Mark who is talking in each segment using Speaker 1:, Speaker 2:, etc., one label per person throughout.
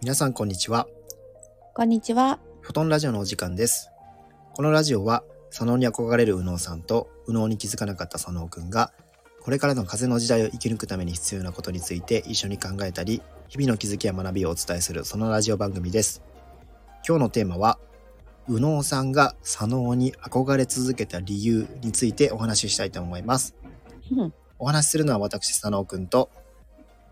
Speaker 1: 皆さんこんにちは。
Speaker 2: こんにちは。
Speaker 1: フォトンラジオのお時間です。このラジオは、左脳に憧れる右脳さんと、右脳に気づかなかった左脳くんが、これからの風の時代を生き抜くために必要なことについて一緒に考えたり、日々の気づきや学びをお伝えする、そのラジオ番組です。今日のテーマは、右脳さんが左脳に憧れ続けた理由についてお話ししたいと思います。
Speaker 2: うん
Speaker 1: お話しするのは私、左脳くんと、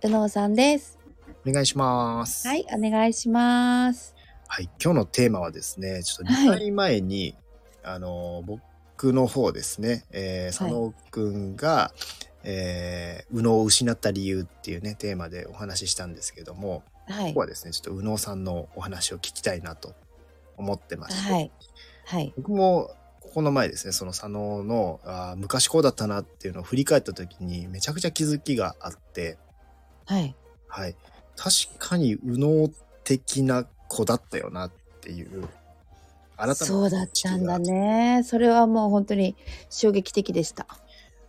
Speaker 2: うのうさんです。
Speaker 1: お願いします。
Speaker 2: はい、お願いします。
Speaker 1: はい、今日のテーマはですね、ちょっと
Speaker 2: は
Speaker 1: 2
Speaker 2: い
Speaker 1: 回前に、あの僕の方ですね、えー、佐野くんが、えー右脳を失った理由っていうねテーマでお話ししたんですけども、
Speaker 2: は
Speaker 1: こ
Speaker 2: い
Speaker 1: こ。はですね、ちょっと右脳さんのお話を聞きたいなと思ってまして、
Speaker 2: はい。はい。
Speaker 1: 僕もここの前ですね、その佐野のあー昔こうだったなっていうのを振り返った時にめちゃくちゃ気づきがあって、
Speaker 2: はい。
Speaker 1: はい、確かに右脳的な子だったよなっていう改めて
Speaker 2: そうだったんだね。それはもう本当に衝撃的でした。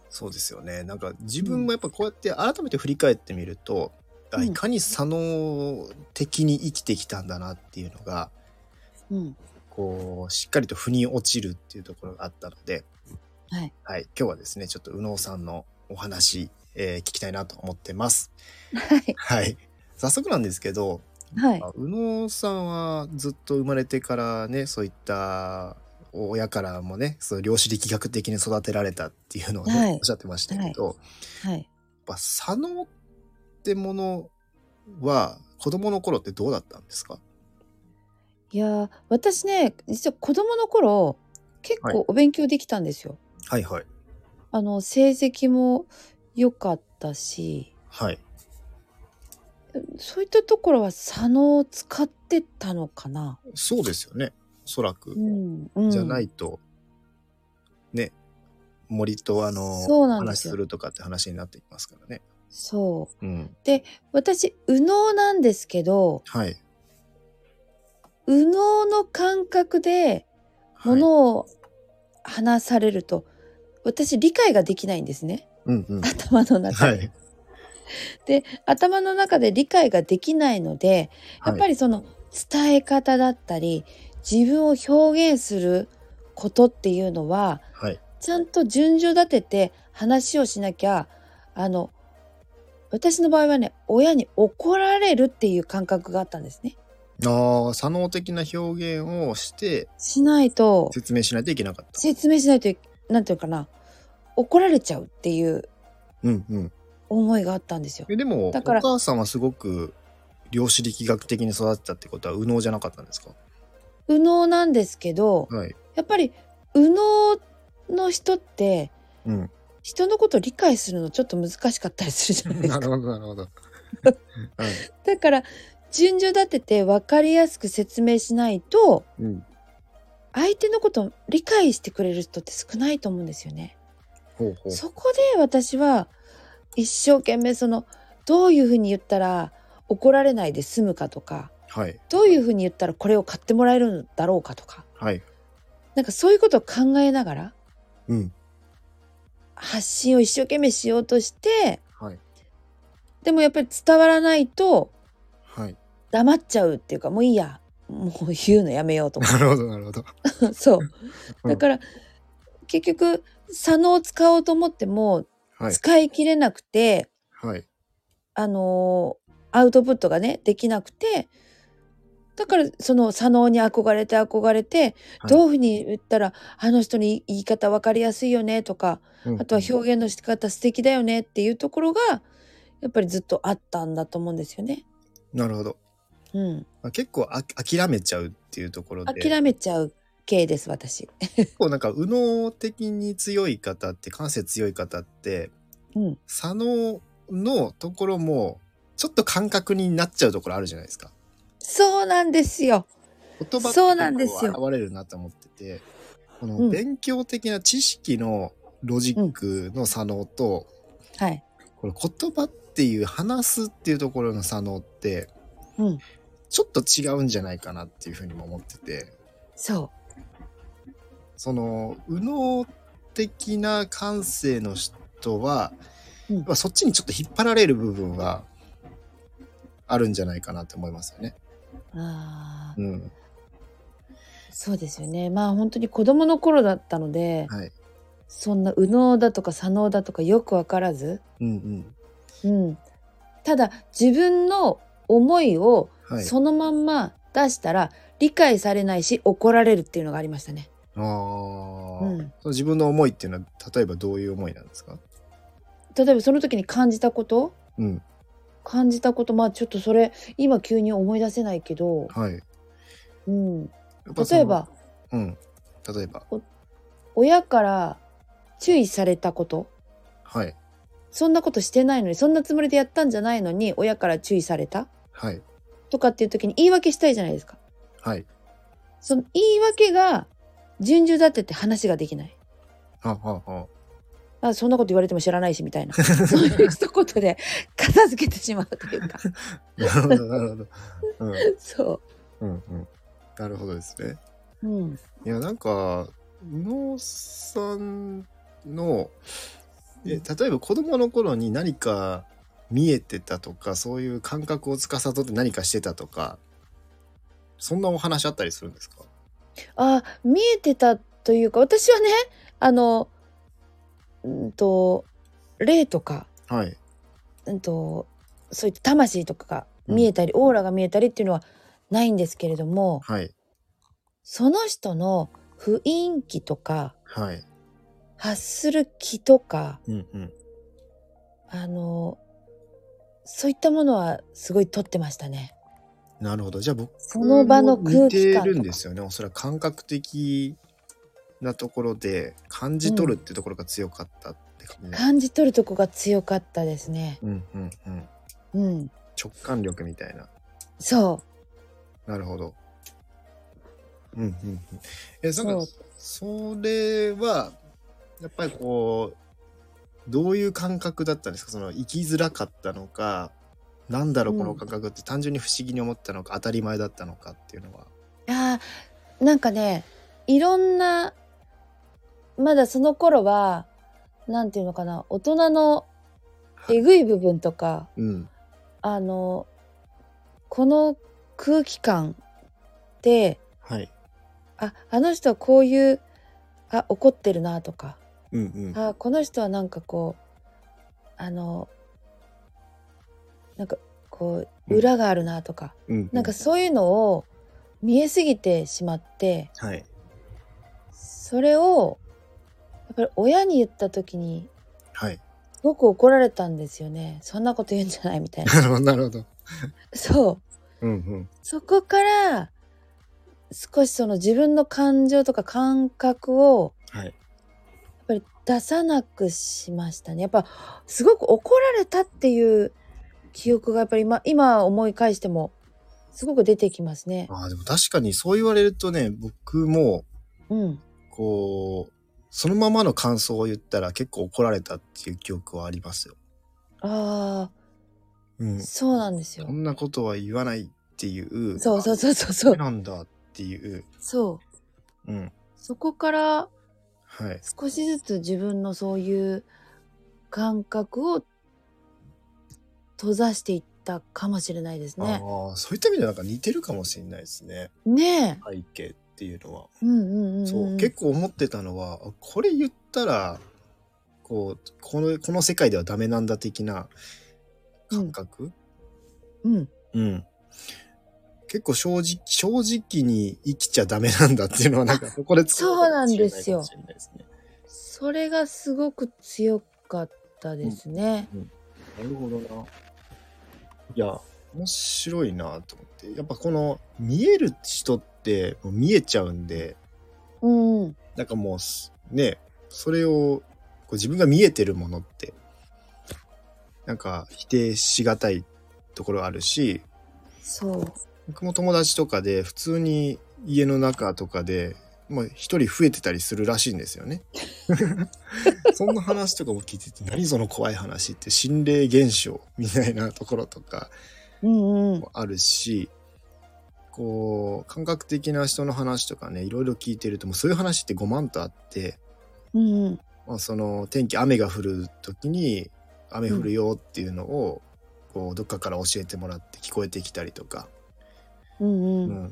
Speaker 1: そうですよねなんか自分もやっぱこうやって改めて振り返ってみると、あ
Speaker 2: うん
Speaker 1: いかに左脳的に生きてきたんだなっていうのが
Speaker 2: うん。
Speaker 1: こうしっかりと腑に落ちるっていうところがあったので、
Speaker 2: はい。
Speaker 1: はい、今日はですねちょっと右脳さんのお話、えー聞きたいなと思ってます。
Speaker 2: はい。
Speaker 1: はい、早速なんですけど、
Speaker 2: はい。
Speaker 1: あ右脳さんはずっと生まれてからねそういった親からもねそう量子力学的に育てられたっていうのをね、
Speaker 2: はい
Speaker 1: おっしゃってましたけど、やっ
Speaker 2: はい。
Speaker 1: ぱ左脳ってものは子供の頃ってどうだったんですか
Speaker 2: いやー、私ね、実は子供の頃、結
Speaker 1: はい
Speaker 2: 構お勉強できたんですよ。
Speaker 1: はいはい
Speaker 2: あの、成績も良かったし、
Speaker 1: はい
Speaker 2: そういったところは左脳を使ってたのかな。
Speaker 1: そうですよねおそらく、
Speaker 2: ん。うん、
Speaker 1: じゃないとね森とあの
Speaker 2: そうなんで
Speaker 1: 話
Speaker 2: すよ
Speaker 1: するとかって話になってきますからね。
Speaker 2: そう。
Speaker 1: うん、
Speaker 2: 私右脳なんですけど
Speaker 1: はい、
Speaker 2: 右脳の感覚で
Speaker 1: はい
Speaker 2: ものを話されると、私理解ができないんですね
Speaker 1: うんうん
Speaker 2: 頭の中
Speaker 1: は
Speaker 2: で、
Speaker 1: い
Speaker 2: で頭の中で理解ができないのでやっぱ
Speaker 1: り
Speaker 2: りその伝え方だったり自分を表現することっていうのは
Speaker 1: はい
Speaker 2: ちゃんと順序立てて話をしなきゃあの私の場合はね親に怒られるっていう感覚があったんですね。
Speaker 1: ああ、左脳的な表現をして
Speaker 2: しないと
Speaker 1: 説明しないといけなかった。
Speaker 2: 説明しないといなんていうかな怒られちゃうっていう
Speaker 1: うんうん。
Speaker 2: 思いがあったんですよ。
Speaker 1: えでも、お
Speaker 2: だから
Speaker 1: 母さんはすごく量子力学的に育てたってことは、右脳じゃなかったんですか
Speaker 2: 右脳なんですけど
Speaker 1: はい。
Speaker 2: やっぱり右脳の人って
Speaker 1: うん。
Speaker 2: 人のことを理解するのちょっと難しかったりするじゃないで す
Speaker 1: なる
Speaker 2: か。
Speaker 1: ほど、なるほど。はい。
Speaker 2: だから順序立てて分かりやすく説明しないと
Speaker 1: うん。
Speaker 2: 相手のことを理解してくれる人って少ないと思うんですよね。
Speaker 1: ほうほう。
Speaker 2: そこで私は一生懸命そのどういうふうに言ったら怒られないで済むかとか
Speaker 1: はい。
Speaker 2: どういうふうに言ったらこれを買ってもらえるんだろうかとか
Speaker 1: はい。
Speaker 2: なんかそういうことを考えながら
Speaker 1: うん。
Speaker 2: 発信を一生懸命しようとして
Speaker 1: はい。
Speaker 2: でもやっぱり伝わらないと
Speaker 1: はい。
Speaker 2: 黙っちゃうっていうかもういいやもう言うのやめ ようとか
Speaker 1: なるほど、なるほど。
Speaker 2: そうだから結局左脳を使おうと思っても
Speaker 1: はい。
Speaker 2: 使い切れなくて、
Speaker 1: はい。
Speaker 2: あのーアウトプットがねできなくてだからその左脳に憧れて憧れて、
Speaker 1: はい
Speaker 2: どういうふうに言ったらあの人に言い方分かりやすいよねとか
Speaker 1: うん
Speaker 2: あとは表現の仕方素敵だよねっていうところがやっぱりずっとあったんだと思うんですよね。
Speaker 1: なるほど。
Speaker 2: うん、
Speaker 1: まあ結構あ諦めちゃうっていうところで。
Speaker 2: 諦めちゃう系です私。
Speaker 1: 結構なんか、右脳的に強い方って、感性強い方って、
Speaker 2: うん、
Speaker 1: 左脳のところもちょっと感覚になっちゃうところあるじゃないですか
Speaker 2: そうなんですよ。
Speaker 1: 言葉って
Speaker 2: そうなんですよ
Speaker 1: こう現れるなと思っててこ
Speaker 2: う
Speaker 1: の
Speaker 2: ん
Speaker 1: 勉強的な知識のロジックの左脳と、
Speaker 2: はい。
Speaker 1: この言葉っていう話すっていうところの左脳って
Speaker 2: うん、
Speaker 1: ちょっと違うんじゃないかなっていうふうにも思ってて
Speaker 2: そ
Speaker 1: その右脳的な感性の人は、
Speaker 2: うん
Speaker 1: やっぱそっちにちょっと引っ張られる部分はあるんじゃないかなって思いますよね。
Speaker 2: あー
Speaker 1: うん。
Speaker 2: そうですよねまあ本当に子供の頃だったので、
Speaker 1: はい。
Speaker 2: そんな右脳だとか左脳だとかよく分からず、
Speaker 1: うんうん。
Speaker 2: うん、ただ自分の思いを
Speaker 1: はい。
Speaker 2: そのまんま出したら理解されないし怒られるっていうのがありましたね。
Speaker 1: ああ、
Speaker 2: うん
Speaker 1: その自分の思いっていうのは、例えばどういう思いなんですか
Speaker 2: 例えばその時に感じたこと
Speaker 1: うん。
Speaker 2: 感じたことまあちょっとそれ今急に思い出せないけど、
Speaker 1: はい。や
Speaker 2: うん、
Speaker 1: っぱその
Speaker 2: 例え。ば
Speaker 1: うん。例えば。
Speaker 2: 親から注意されたこと
Speaker 1: はい。
Speaker 2: そんなことしてないのにそんなつもりでやったんじゃないのに親から注意された
Speaker 1: はい。
Speaker 2: とかっていう時に言い訳したいじゃないですか。
Speaker 1: はい。
Speaker 2: その言い訳が順序立てて話ができない。
Speaker 1: はあはあは
Speaker 2: あそんなこと言われても知らないしみたいなそういう一言で 片付けてしまうというか
Speaker 1: あ。なるほど、なるほど。うん。
Speaker 2: そ
Speaker 1: うんうん。なるほどですね。
Speaker 2: う、うん、
Speaker 1: いやなんか能さんのえ例えば子供の頃に何か見えてたとかそういう感覚を司って何かしてたとかそんなお話あったりするんですか
Speaker 2: あ見えてたというか私はねあのうんと霊とか
Speaker 1: はい
Speaker 2: うんとそういった魂とかが見えたり、オーラが見えたりっていうのはないんですけれども
Speaker 1: はい
Speaker 2: その人の雰囲気とか
Speaker 1: はい
Speaker 2: 発する気とか
Speaker 1: うんうん
Speaker 2: あのそういったものはすごい取ってましたね。
Speaker 1: なるほどじゃあ僕
Speaker 2: その場の空気
Speaker 1: 似
Speaker 2: 感
Speaker 1: てるん
Speaker 2: とか
Speaker 1: ですよねおそらく感覚的なところで感じ取るってところが強かったって感じ、
Speaker 2: 感じ取るとこが強かったですね。
Speaker 1: うんうんうん
Speaker 2: うん、
Speaker 1: 直感力みたいな
Speaker 2: そ
Speaker 1: なるほど。うんうんうん。え、なんか
Speaker 2: そう
Speaker 1: それは、やっぱりこう、どういう感覚だったんですかその、生きづらかったのか、なんだろう、
Speaker 2: うん
Speaker 1: この感覚って、単純に不思議に思ったのか、当たり前だったのかっていうのは。
Speaker 2: う。あーなんかね、いろんな、まだその頃は、なんていうのかな、大人のえぐい部分とか、
Speaker 1: うん。
Speaker 2: あの、この空気感って、
Speaker 1: はい。
Speaker 2: あ、あの人はこういう、あ、怒ってるなとか、
Speaker 1: うんうん。
Speaker 2: あ、この人はなんかこう、あの、なんかこう、裏があるなとか、
Speaker 1: うう
Speaker 2: なんか、そういうのを見えすぎてしまって
Speaker 1: はい。
Speaker 2: それをやっぱり親に言った時に
Speaker 1: はい。
Speaker 2: すごく怒られたんですよねそんなこと言うんじゃないみたい
Speaker 1: なるほ
Speaker 2: な
Speaker 1: ど、なるほど。
Speaker 2: そ
Speaker 1: う
Speaker 2: う
Speaker 1: んうん。
Speaker 2: そこから少しその自分の感情とか感覚を
Speaker 1: はい。
Speaker 2: やっぱり出さなくしましたねやっぱすごく怒られたっていう記憶がやっぱり今今思い返してもすごく出てきますね。
Speaker 1: ああ、でも確かにそう言われるとね、僕も、
Speaker 2: うん、
Speaker 1: こう、そのままの感想を言ったら結構怒られたっていう記憶はありますよ。
Speaker 2: あ
Speaker 1: うん
Speaker 2: あ。そうなんですよ
Speaker 1: そ。んなことは言わないっていう。
Speaker 2: そうそううそうそうそう。
Speaker 1: なんだっていう。
Speaker 2: そう。
Speaker 1: うん。
Speaker 2: そこから
Speaker 1: はい。
Speaker 2: 少しずつ自分のそういう感覚を閉ざしていったかもしれないですね。
Speaker 1: ああ、そういった意味ではなんか似てるかもしれないですね。
Speaker 2: ね
Speaker 1: 背景っていうのは。
Speaker 2: え。うんうんうんん。
Speaker 1: そう。結構思ってたのは、あこれ言ったら、こう、この、この世界ではダメなんだ的な感覚、
Speaker 2: うん。
Speaker 1: うん、結構正直、正直に生きちゃダメなんだっていうのはなんかそこで使
Speaker 2: そうなんですよ
Speaker 1: れないですね。
Speaker 2: それがすごく強かったですね。
Speaker 1: なるほどな。いや、面白いなと思って。やっぱこの見える人ってもう見えちゃうんで、
Speaker 2: うん、うん。
Speaker 1: なんかもうすね、それをこう自分が見えてるものって、なんか否定しがたいところあるし、
Speaker 2: そう。
Speaker 1: 僕も友達とかで普通に家の中とかで、まあ一人増えてたりするらしいんですよ ね。そんな話とかも聞いてて、何その怖い話って心霊現象みたいなところとか、
Speaker 2: うんうん。
Speaker 1: もあるし、こう、感覚的な人の話とかね、いろいろ聞いてると、もうそういう話って5万とあって、
Speaker 2: うんうん。
Speaker 1: まあ、その天気、雨が降る時に、雨降るよっていうのを、こう、どっかから教えてもらって聞こえてきたりとか、
Speaker 2: うん
Speaker 1: う
Speaker 2: うん。
Speaker 1: ん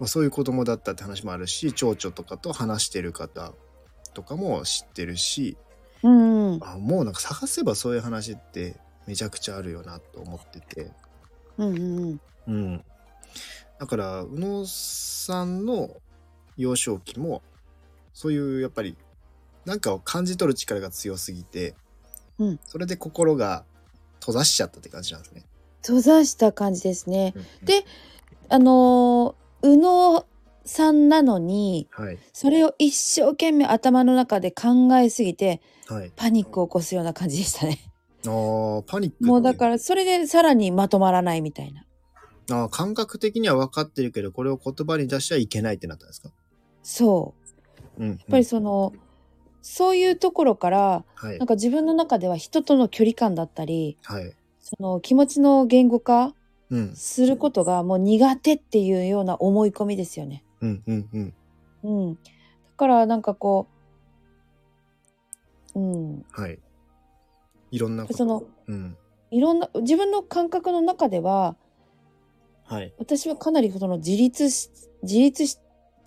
Speaker 1: まあ、そういう子供だったって話もあるし蝶々とかと話してる方とかも知ってるし
Speaker 2: うんうん。
Speaker 1: あもうなんか探せばそういう話ってめちゃくちゃあるよなと思ってて、
Speaker 2: うんうん
Speaker 1: うん、だから宇野さんの幼少期もそういうやっぱりなんかを感じ取る力が強すぎて、
Speaker 2: うん
Speaker 1: それで心が閉ざしちゃったって感じなんですね。
Speaker 2: 閉ざした感じですね。
Speaker 1: うん
Speaker 2: であのー、宇野さんなのに、
Speaker 1: はい
Speaker 2: それを一生懸命頭の中で考えすぎて、
Speaker 1: はい、
Speaker 2: パニックを起こすような感じでしたね。
Speaker 1: あーパニックって
Speaker 2: もうだから、それでさらにまとまらないみたいな。
Speaker 1: ああ感覚的には分かってるけどこれを言葉に出しちゃいけないってなったんですか、
Speaker 2: そう。
Speaker 1: うん、やっ
Speaker 2: やっぱりその、そういうところから、
Speaker 1: はい
Speaker 2: なんか自分の中では人との距離感だったり、
Speaker 1: はい、
Speaker 2: その気持ちの言語化
Speaker 1: うん、
Speaker 2: することがもう苦手っていうような思い込みですよね。
Speaker 1: うんうんうん
Speaker 2: うん。だからなんかこう、うん。
Speaker 1: はいいろんなこと
Speaker 2: その、
Speaker 1: うん
Speaker 2: いろんな、自分の感覚の中では、
Speaker 1: はい
Speaker 2: 私はかなりその自立し、自立し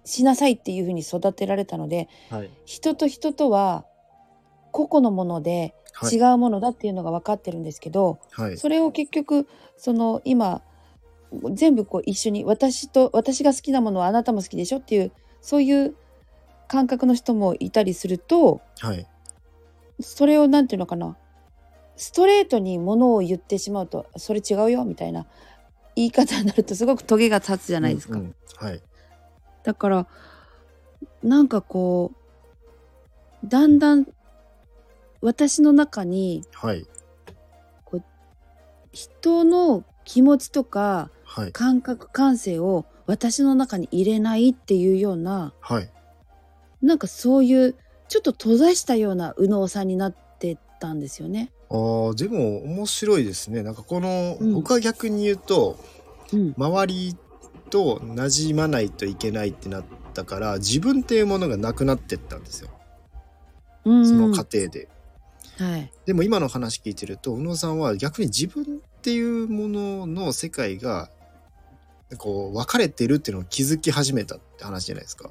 Speaker 2: しなさいっていうふうに育てられたので、
Speaker 1: はい
Speaker 2: 人と人とは個々のもので
Speaker 1: はい
Speaker 2: 違うものだっていうのが分かってるんですけど、
Speaker 1: はい
Speaker 2: それを結局その今全部こう一緒に私と私が好きなものはあなたも好きでしょっていうそういう感覚の人もいたりすると
Speaker 1: はい
Speaker 2: それをなんていうのかなストレートにものを言ってしまうとそれ違うよみたいな言い方になるとすごくトゲが立つじゃないですか。
Speaker 1: うんうんはい
Speaker 2: だからなんかこうだんだん私の中に
Speaker 1: はい
Speaker 2: 人の気持ちとか
Speaker 1: はい
Speaker 2: 感覚感性を私の中に入れないっていうような
Speaker 1: はい
Speaker 2: なんかそういうちょっと閉ざしたような右脳さんになってったんですよね。
Speaker 1: あーでも面白いですねなんかこの、
Speaker 2: うん
Speaker 1: 僕は逆に言うと
Speaker 2: うん、
Speaker 1: 周りと馴染まないといけないってなったから自分っていうものがなくなってったんですよ
Speaker 2: うん
Speaker 1: その
Speaker 2: うん
Speaker 1: 過程で、
Speaker 2: はい、
Speaker 1: でも今の話聞いてると宇野さんは逆に自分っていうものの世界がこう分かれてるっていうのを気づき始めたって話じゃないですか。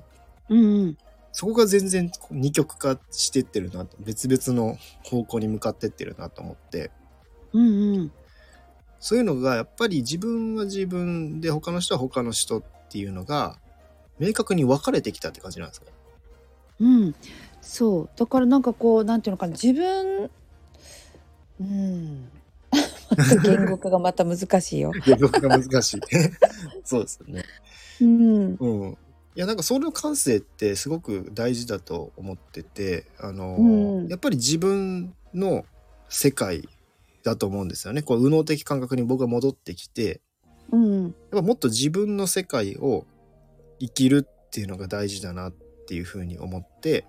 Speaker 2: うんうん、
Speaker 1: そこが全然こう二極化してってるなと別々の方向に向かってってるなと思って
Speaker 2: うんうん、
Speaker 1: そういうのがやっぱり自分は自分で他の人は他の人っていうのが明確に分かれてきたって感じなん ですか
Speaker 2: うん、そうだからなんかこうなんていうのかな自分うんまた言語化がまた難しいよ。
Speaker 1: 予測が難しい。 そうですよね。
Speaker 2: うん、
Speaker 1: うん。いや、なんかその感性ってすごく大事だと思ってて、あの、
Speaker 2: うん
Speaker 1: やっぱり自分の世界だと思うんですよね。こう、右脳的感覚に僕が戻ってきて、
Speaker 2: うん、
Speaker 1: やっぱもっと自分の世界を生きるっていうのが大事だなっていうふうに思って、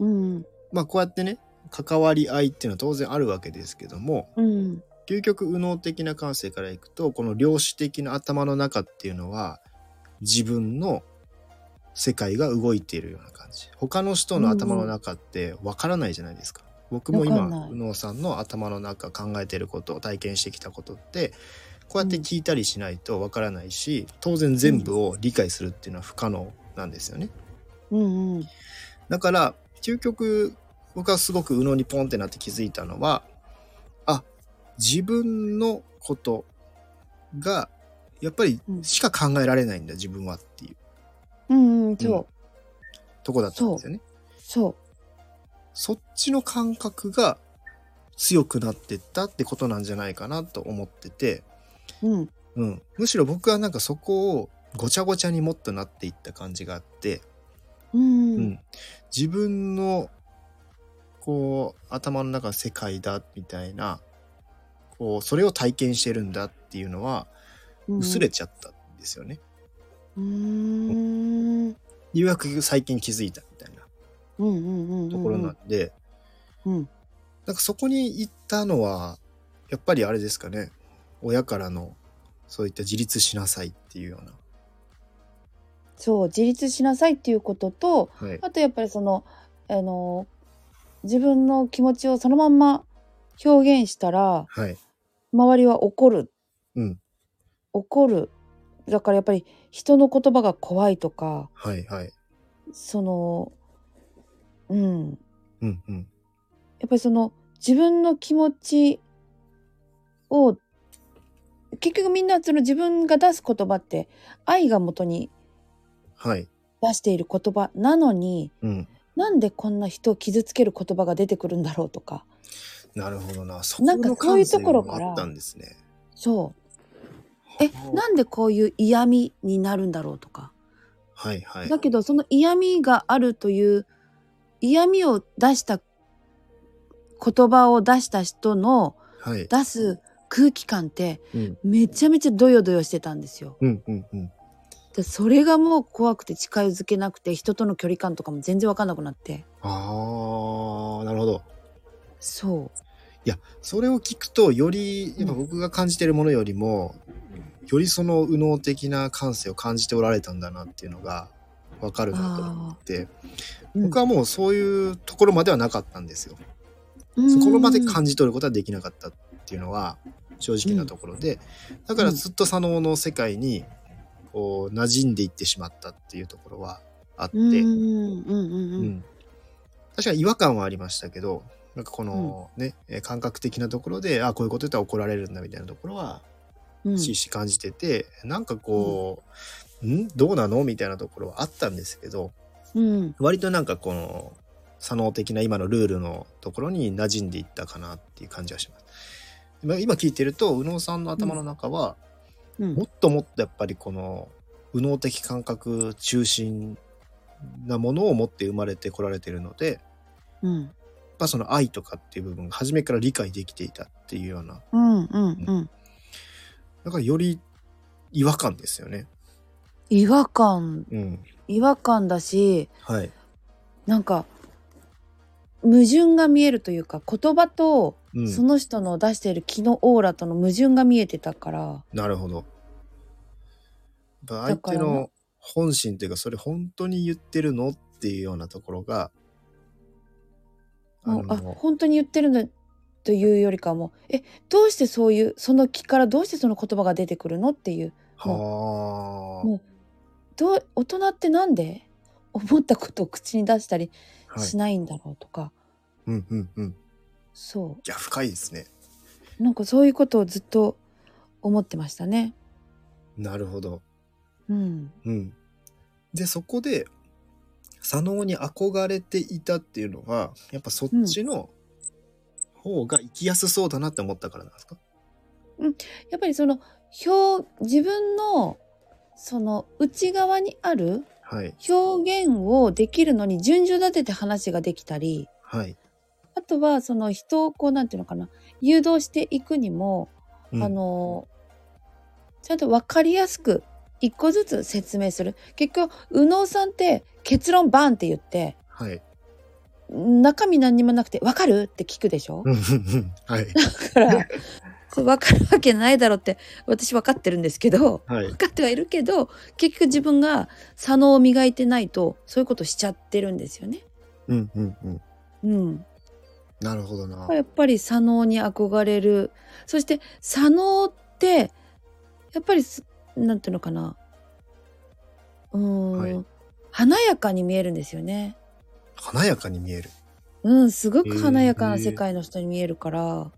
Speaker 2: うん、
Speaker 1: まあこうやってね、関わり合いっていうのは当然あるわけですけども、
Speaker 2: うん、
Speaker 1: 究極右脳的な感性からいくとこの量子的な頭の中っていうのは自分の世界が動いているような感じ他の人の頭の中ってわからないじゃないですか、僕も
Speaker 2: わかん
Speaker 1: 今
Speaker 2: ない
Speaker 1: 右脳さんの頭の中考えてること体験してきたことってこうやって聞いたりしないとわからないし当然全部を理解するっていうのは不可能なんですよね
Speaker 2: うん、うん、
Speaker 1: だから究極僕はすごく右脳にポンってなって気づいたのはあ自分のことがやっぱり
Speaker 2: うん
Speaker 1: しか考えられないんだ自分はっていう
Speaker 2: うん、うん、そう、
Speaker 1: とこだったんですよね。
Speaker 2: そう。
Speaker 1: そっちの感覚が強くなってったってことなんじゃないかなと思ってて、
Speaker 2: うん、
Speaker 1: うん、むしろ僕はなんかそこをごちゃごちゃにもっとなっていった感じがあって、
Speaker 2: うん、
Speaker 1: う
Speaker 2: うんん、、
Speaker 1: 自分のこう頭の中の世界だみたいなこうそれを体験してるんだっていうのは薄れちゃったんですよね。
Speaker 2: うーん。うん、
Speaker 1: 留学最近気づいたみたいな
Speaker 2: うん、うん、うん。
Speaker 1: ところなんで、
Speaker 2: うん、
Speaker 1: なんかそこに行ったのはやっぱりあれですかね親からのそういった自立しなさいっていうような。
Speaker 2: そう、自立しなさいっていうことと、
Speaker 1: はい、
Speaker 2: あとやっぱりその、あの。自分の気持ちをそのまんま表現したら、
Speaker 1: はい
Speaker 2: 周りは怒る。
Speaker 1: うん
Speaker 2: 怒る。だからやっぱり人の言葉が怖いとか
Speaker 1: はいはい。
Speaker 2: そのうん
Speaker 1: うんうん。
Speaker 2: やっぱりその自分の気持ちを結局みんなその自分が出す言葉って愛が元に
Speaker 1: はい。
Speaker 2: 出している言葉なのに
Speaker 1: うん。
Speaker 2: なんでこんな人を傷つける言葉が出てくるんだろうとか
Speaker 1: なるほどな。そ
Speaker 2: なんか
Speaker 1: の
Speaker 2: そういう
Speaker 1: 感
Speaker 2: と
Speaker 1: 性
Speaker 2: ころ
Speaker 1: も
Speaker 2: から
Speaker 1: あったんですね。
Speaker 2: そうえなんでこういう嫌味になるんだろうとか
Speaker 1: はいはい。
Speaker 2: だけどその嫌味があるという嫌味を出した言葉を出した人の
Speaker 1: はい。
Speaker 2: 出す空気感って
Speaker 1: うん
Speaker 2: めちゃめちゃドヨドヨしてたんですよ。
Speaker 1: うんうんうん。
Speaker 2: でそれがもう怖くて近づけなくて人との距離感とかも全然わかんなくなって
Speaker 1: ああ、なるほど。
Speaker 2: そ
Speaker 1: それを聞くと、より、やっぱ僕が感じてるものよりも、よりその右脳的な感性を感じておられたんだなっていうのがわかるなと思って、
Speaker 2: う、
Speaker 1: 僕はもうそういうところまではなかったんですよ。そこまで感じ取ることはできなかったっていうのは正直なところで、だからずっと左脳の世界にこう馴染んでいってしまったっていうところはあって、
Speaker 2: うんうんうんうんう
Speaker 1: うんん確かに違和感はありましたけどなんかこのね、えー感覚的なところであこういうこと言ったら怒られるんだみたいなところは
Speaker 2: うん
Speaker 1: しっし感じてて、なんかこう、んどうなのみたいなところはあったんですけど
Speaker 2: うん
Speaker 1: 割となんかこの左脳的な今のルールのところに馴染んでいったかなっていう感じはします。今今聞いてると右脳さんの頭の中は、
Speaker 2: うん
Speaker 1: もっともっとやっぱりこの右脳的感覚中心なものを持って生まれてこられてるので、
Speaker 2: うん
Speaker 1: やっぱその愛とかっていう部分が初めから理解できていたっていうような
Speaker 2: うんうんうん
Speaker 1: だからより違和感ですよね。
Speaker 2: 違和感
Speaker 1: うん、
Speaker 2: 違和感だし
Speaker 1: はい、
Speaker 2: なんか矛盾が見えるというか言葉と
Speaker 1: うん
Speaker 2: その人の出している気のオーラとの矛盾が見えてたから
Speaker 1: なるほど。やっぱ
Speaker 2: だ
Speaker 1: 相
Speaker 2: か
Speaker 1: 手
Speaker 2: ら
Speaker 1: の本心というかそれ本当に言ってるのっていうようなところがあ
Speaker 2: もう
Speaker 1: の
Speaker 2: あ本当に言ってるのというよりかはもうえどうしてそういうその気からどうしてその言葉が出てくるのっていう
Speaker 1: は
Speaker 2: もどう大人ってなんで思ったことを口に出したり
Speaker 1: あ、はい
Speaker 2: し、ないんだろうとか、
Speaker 1: うんうんうん。い
Speaker 2: そ
Speaker 1: や深いですね。
Speaker 2: うなんかそういうことをずっと思ってましたね。
Speaker 1: なるほど。
Speaker 2: うん、
Speaker 1: うん、でそこで左脳に憧れていたっていうのはやっぱそっちの方が生きやすそうだなって思ったからなんですか、
Speaker 2: やっぱりその表自分のその内側にある
Speaker 1: はい
Speaker 2: 表現をできるのに順序立てて話ができたり
Speaker 1: はい、
Speaker 2: あとはその人をこうなんていうのかな誘導していくにも、
Speaker 1: うん
Speaker 2: あのちゃんと分かりやすく一個ずつ説明する結局右脳さんって結論バンって言って
Speaker 1: はい
Speaker 2: 中身何にもなくて「分かる?」って聞くでしょ
Speaker 1: うんうんうんはい
Speaker 2: だから そう分かるわけないだろうって私分かってるんですけど
Speaker 1: はい
Speaker 2: 分かってはいるけど結局自分が左脳を磨いてないとそういうことしちゃってるんですよね。
Speaker 1: うんうんうん
Speaker 2: うん、
Speaker 1: なるほどな、
Speaker 2: やっぱり左脳に憧れるそして左脳ってやっぱりすなんていうのかなうーん、
Speaker 1: はい
Speaker 2: 華やかに見えるんですよね。
Speaker 1: 華やかに見える、
Speaker 2: うん、すごく華やかな世界の人に見えるから、やっ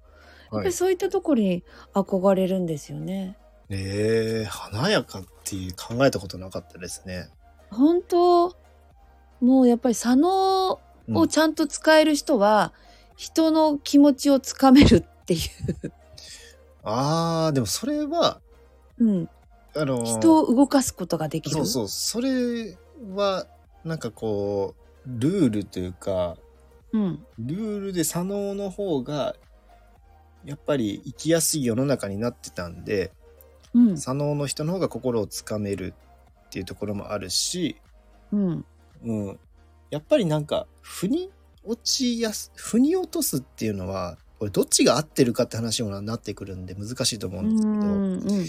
Speaker 2: ぱ
Speaker 1: は
Speaker 2: り
Speaker 1: い、
Speaker 2: そういったところに憧れるんですよね。
Speaker 1: えー、華やかっていう考えたことなかったですね、
Speaker 2: 本当もうやっぱり左脳
Speaker 1: うん
Speaker 2: をちゃんと使える人は、人の気持ちをつかめるってい
Speaker 1: あーでもそれは
Speaker 2: う、うん、
Speaker 1: あのー
Speaker 2: 人を動かすことができる
Speaker 1: そうそうそれはなんかこうルールというか
Speaker 2: うん
Speaker 1: ルールで左脳の方がやっぱり生きやすい世の中になってたんで
Speaker 2: うん
Speaker 1: 左脳の人の方が心をつかめるっていうところもあるし、
Speaker 2: うん
Speaker 1: うん、やっぱりなんか腑に落ちやす腑に落とすっていうのはこれどっちが合ってるかって話にもなってくるんで難しいと思う
Speaker 2: うん
Speaker 1: ですけど
Speaker 2: んうん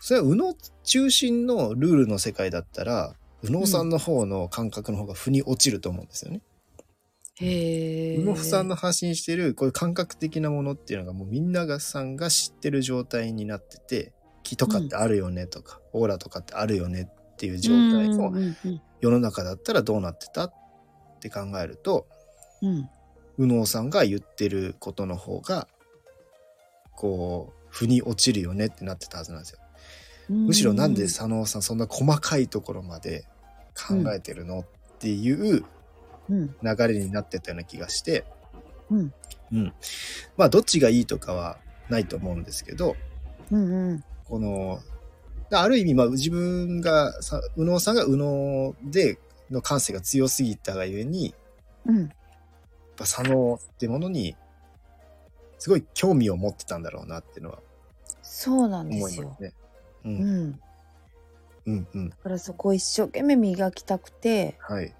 Speaker 1: それは右脳中心のルールの世界だったら右脳さんの方の感覚の方が腑に落ちると思うんですよね。
Speaker 2: へえ
Speaker 1: 宇野さんの発信してるこういう感覚的なものっていうのがもうみんながさんが知ってる状態になってて気とかってあるよねとか、オーラとかってあるよねっていう状
Speaker 2: うん
Speaker 1: 態を
Speaker 2: うんうんうん
Speaker 1: 世の中だったらどうなってたって考えると
Speaker 2: うん
Speaker 1: 右脳さんが言ってることの方がこう腑に落ちるよねってなってたはずなんですよ。
Speaker 2: うん
Speaker 1: むしろなんで佐野さんそんな細かいところまで考えてるのっていう
Speaker 2: うん
Speaker 1: 流れになってたような気がして、
Speaker 2: うん
Speaker 1: うん、まあどっちがいいとかはないと思うんですけど
Speaker 2: うんうん
Speaker 1: このある意味まあ自分がさ右脳さんが右脳での感性が強すぎたがゆえにや
Speaker 2: うん
Speaker 1: っぱ左脳ってものにすごい興味を持ってたんだろうなっていうのは
Speaker 2: そうなんで
Speaker 1: 思
Speaker 2: す
Speaker 1: いま
Speaker 2: よ
Speaker 1: す。ね。う
Speaker 2: うんん、だ
Speaker 1: うんうん
Speaker 2: からそこを一生懸命磨きたくて、
Speaker 1: はい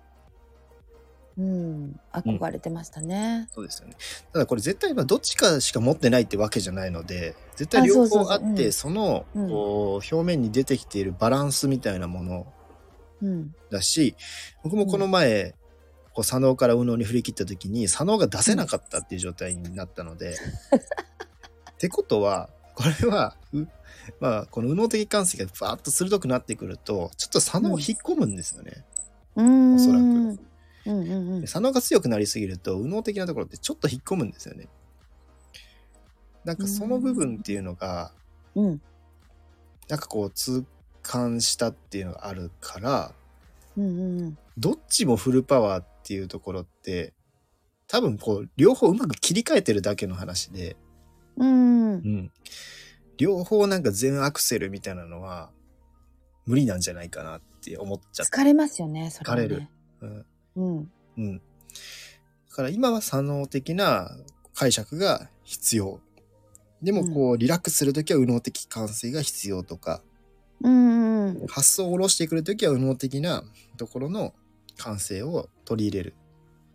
Speaker 2: うん、憧れてましたね。
Speaker 1: そうですよね。ただこれ絶対まあどっちかしか持ってないってわけじゃないので、絶対両方あ
Speaker 2: あそうそうそう
Speaker 1: っ
Speaker 2: う
Speaker 1: て、
Speaker 2: ん
Speaker 1: その、
Speaker 2: うん
Speaker 1: こう、表面に出てきているバランスみたいなもの
Speaker 2: うん、
Speaker 1: だし、僕もこの前、こう左脳から右脳に振り切った時に左脳が出せなかったっていう状態になったので、 ってことはこれはうまあこの右脳的感性がバーッと鋭くなってくるとちょっと左脳を引っ込むんですよね、
Speaker 2: うん、
Speaker 1: おそらく、
Speaker 2: うんうんうん
Speaker 1: で、左脳が強くなりすぎると右脳的なところってちょっと引っ込むんですよね。なんかその部分っていうのが、
Speaker 2: うん
Speaker 1: なんかこう痛感したっていうのがあるから
Speaker 2: うんうん
Speaker 1: どっちもフルパワーっていうところって多分こう両方うまく切り替えてるだけの話で、
Speaker 2: うんうん
Speaker 1: うん、両方なんか全アクセルみたいなのは無理なんじゃないかなって思っちゃった。
Speaker 2: 疲れますよね。そはね
Speaker 1: 疲れる。うん
Speaker 2: うん
Speaker 1: うん、だから今は左脳的な解釈が必要でもこう、リラックスする時は右脳的感性が必要とか
Speaker 2: うんうん
Speaker 1: 発想を下ろしてくる時は右脳的なところの感性を取り入れる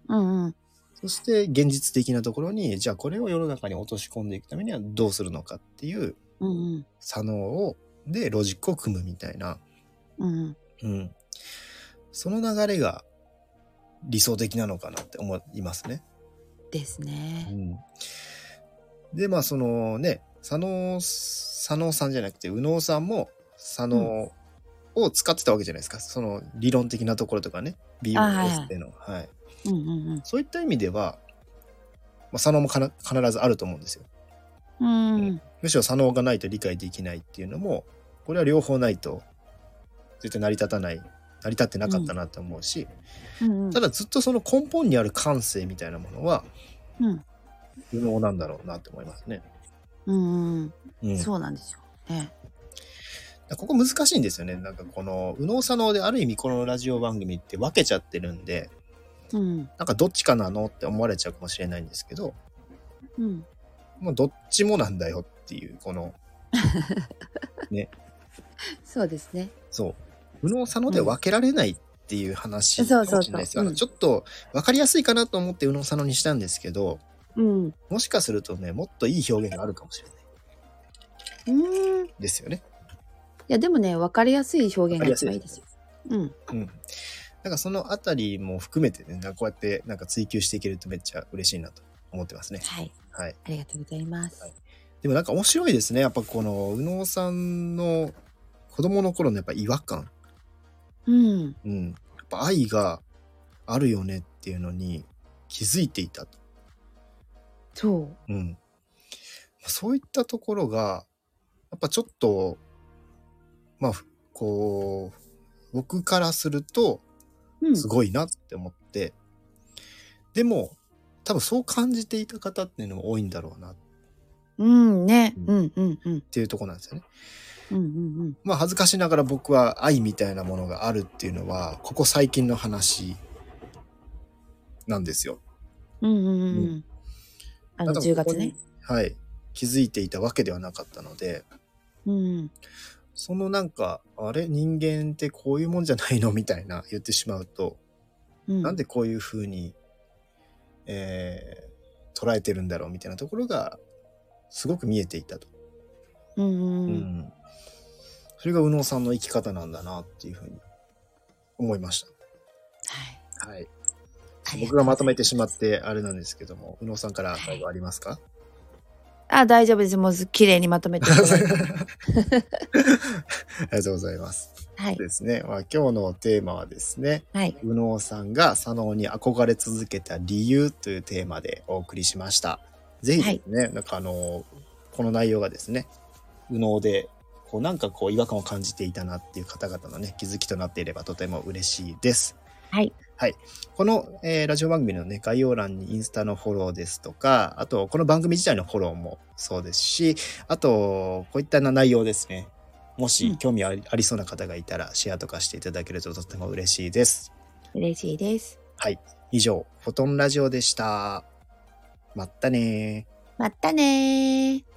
Speaker 2: うんうん
Speaker 1: そして現実的なところにじゃあこれを世の中に落とし込んでいくためにはどうするのかっていう
Speaker 2: うん
Speaker 1: 左脳をでロジックを組むみたいな、
Speaker 2: うん
Speaker 1: うん、その流れが理想的なのかなって思いますね。
Speaker 2: です
Speaker 1: う
Speaker 2: ね。
Speaker 1: んでまあそのね佐野佐野さんじゃなくて右脳さんも佐野を使ってたわけじゃないですか、その理論的なところとかね BOS での、はい
Speaker 2: うんうん
Speaker 1: そういった意味では、まあ、佐野もかな必ずあると思うんですよ
Speaker 2: うんうん
Speaker 1: むしろ佐野がないと理解できないっていうのもこれは両方ないと絶対成り立たない成り立ってなかったなと思うし、
Speaker 2: うんうん
Speaker 1: ただずっとその根本にある感性みたいなものは
Speaker 2: うん
Speaker 1: 右脳なんだろうなと思いますね。
Speaker 2: うん
Speaker 1: う
Speaker 2: うん
Speaker 1: ん
Speaker 2: そうなんですよ。ね。
Speaker 1: ここ難しいんですよね。なんかこの、右脳左脳である意味このラジオ番組って分けちゃってるんで、
Speaker 2: うん
Speaker 1: なんかどっちかなのって思われちゃうかもしれないんですけど、
Speaker 2: うん
Speaker 1: もうどっちもなんだよっていう、この、
Speaker 2: そうですね。
Speaker 1: そう、右脳左脳で分けられないっていう話
Speaker 2: うんそ
Speaker 1: か
Speaker 2: うそうそう
Speaker 1: もしれないですよ。あ
Speaker 2: う
Speaker 1: の
Speaker 2: ん
Speaker 1: ちょっと分かりやすいかなと思って右脳左脳にしたんですけど、
Speaker 2: うん
Speaker 1: もしかするとね、もっといい表現があるかもしれない
Speaker 2: うん。い
Speaker 1: ですよね。
Speaker 2: やでもね分かりやすい表現が一番いいですよ。うん
Speaker 1: うん。なんかそのあたりも含めてね、なんかこうやってなんか追求していけるとめっちゃ嬉しいなと思ってますね。
Speaker 2: はい
Speaker 1: はい。
Speaker 2: ありがとうございます。
Speaker 1: でもなんか面白いですね。やっぱこの、右脳さんの子供の頃のやっぱ違和感。
Speaker 2: うん
Speaker 1: うん。やっぱ愛があるよねっていうのに気づいていたと。
Speaker 2: そう。
Speaker 1: うん。そういったところが、やっぱちょっと、まあ、ふこう、僕からすると、
Speaker 2: うん
Speaker 1: すごいなって思って、でも、多分そう感じていた方っていうのも多いんだろうなっ
Speaker 2: うんね。
Speaker 1: う
Speaker 2: うんうんうん
Speaker 1: ていうところなんですよね。
Speaker 2: うんうんうん。
Speaker 1: まあ恥ずかしながら僕は愛みたいなものがあるっていうのは、ここ最近の話なんですよ。
Speaker 2: うんうんうんうん。あの
Speaker 1: ただ
Speaker 2: 10月ね。。
Speaker 1: ここにはい。気づいていたわけではなかったので、
Speaker 2: うん
Speaker 1: そのなんか、あれ人間ってこういうもんじゃないのみたいな言ってしまうと、
Speaker 2: うん。
Speaker 1: なんでこういうふうに、えー捉えてるんだろうみたいなところが、すごく見えていたと。
Speaker 2: うん
Speaker 1: う
Speaker 2: うん
Speaker 1: んそれが右脳さんの生き方なんだなっていうふうに思いまし
Speaker 2: は
Speaker 1: た。
Speaker 2: い
Speaker 1: はい。
Speaker 2: ありとうございす。
Speaker 1: 僕がまとめてしまってあれなんですけども、宇野さんから最後ありますか、
Speaker 2: あ、大丈夫です。もうす綺麗にまとめてい ただいて。
Speaker 1: ありがとうございます。
Speaker 2: はい。
Speaker 1: ですね。まあ、今日のテーマはですね、
Speaker 2: はい。
Speaker 1: 右脳さんが左脳に憧れ続けた理由というテーマでお送りしました。ぜひですね、なんかあの、この内容がですね、右脳で、こうなんかこう違和感を感じていたなっていう方々のね、気づきとなっていればとても嬉しいです。
Speaker 2: はい。
Speaker 1: はい。この、えーラジオ番組のね、概要欄にインスタのフォローですとか、あと、この番組自体のフォローもそうですし、あと、こういったな内容ですね。も
Speaker 2: うん
Speaker 1: し興味ありありそうな方がいたら、シェアとかしていただけるととても嬉しいです。
Speaker 2: 嬉しいです。
Speaker 1: 以上、フォトンラジオでした。まったねー。
Speaker 2: またねー。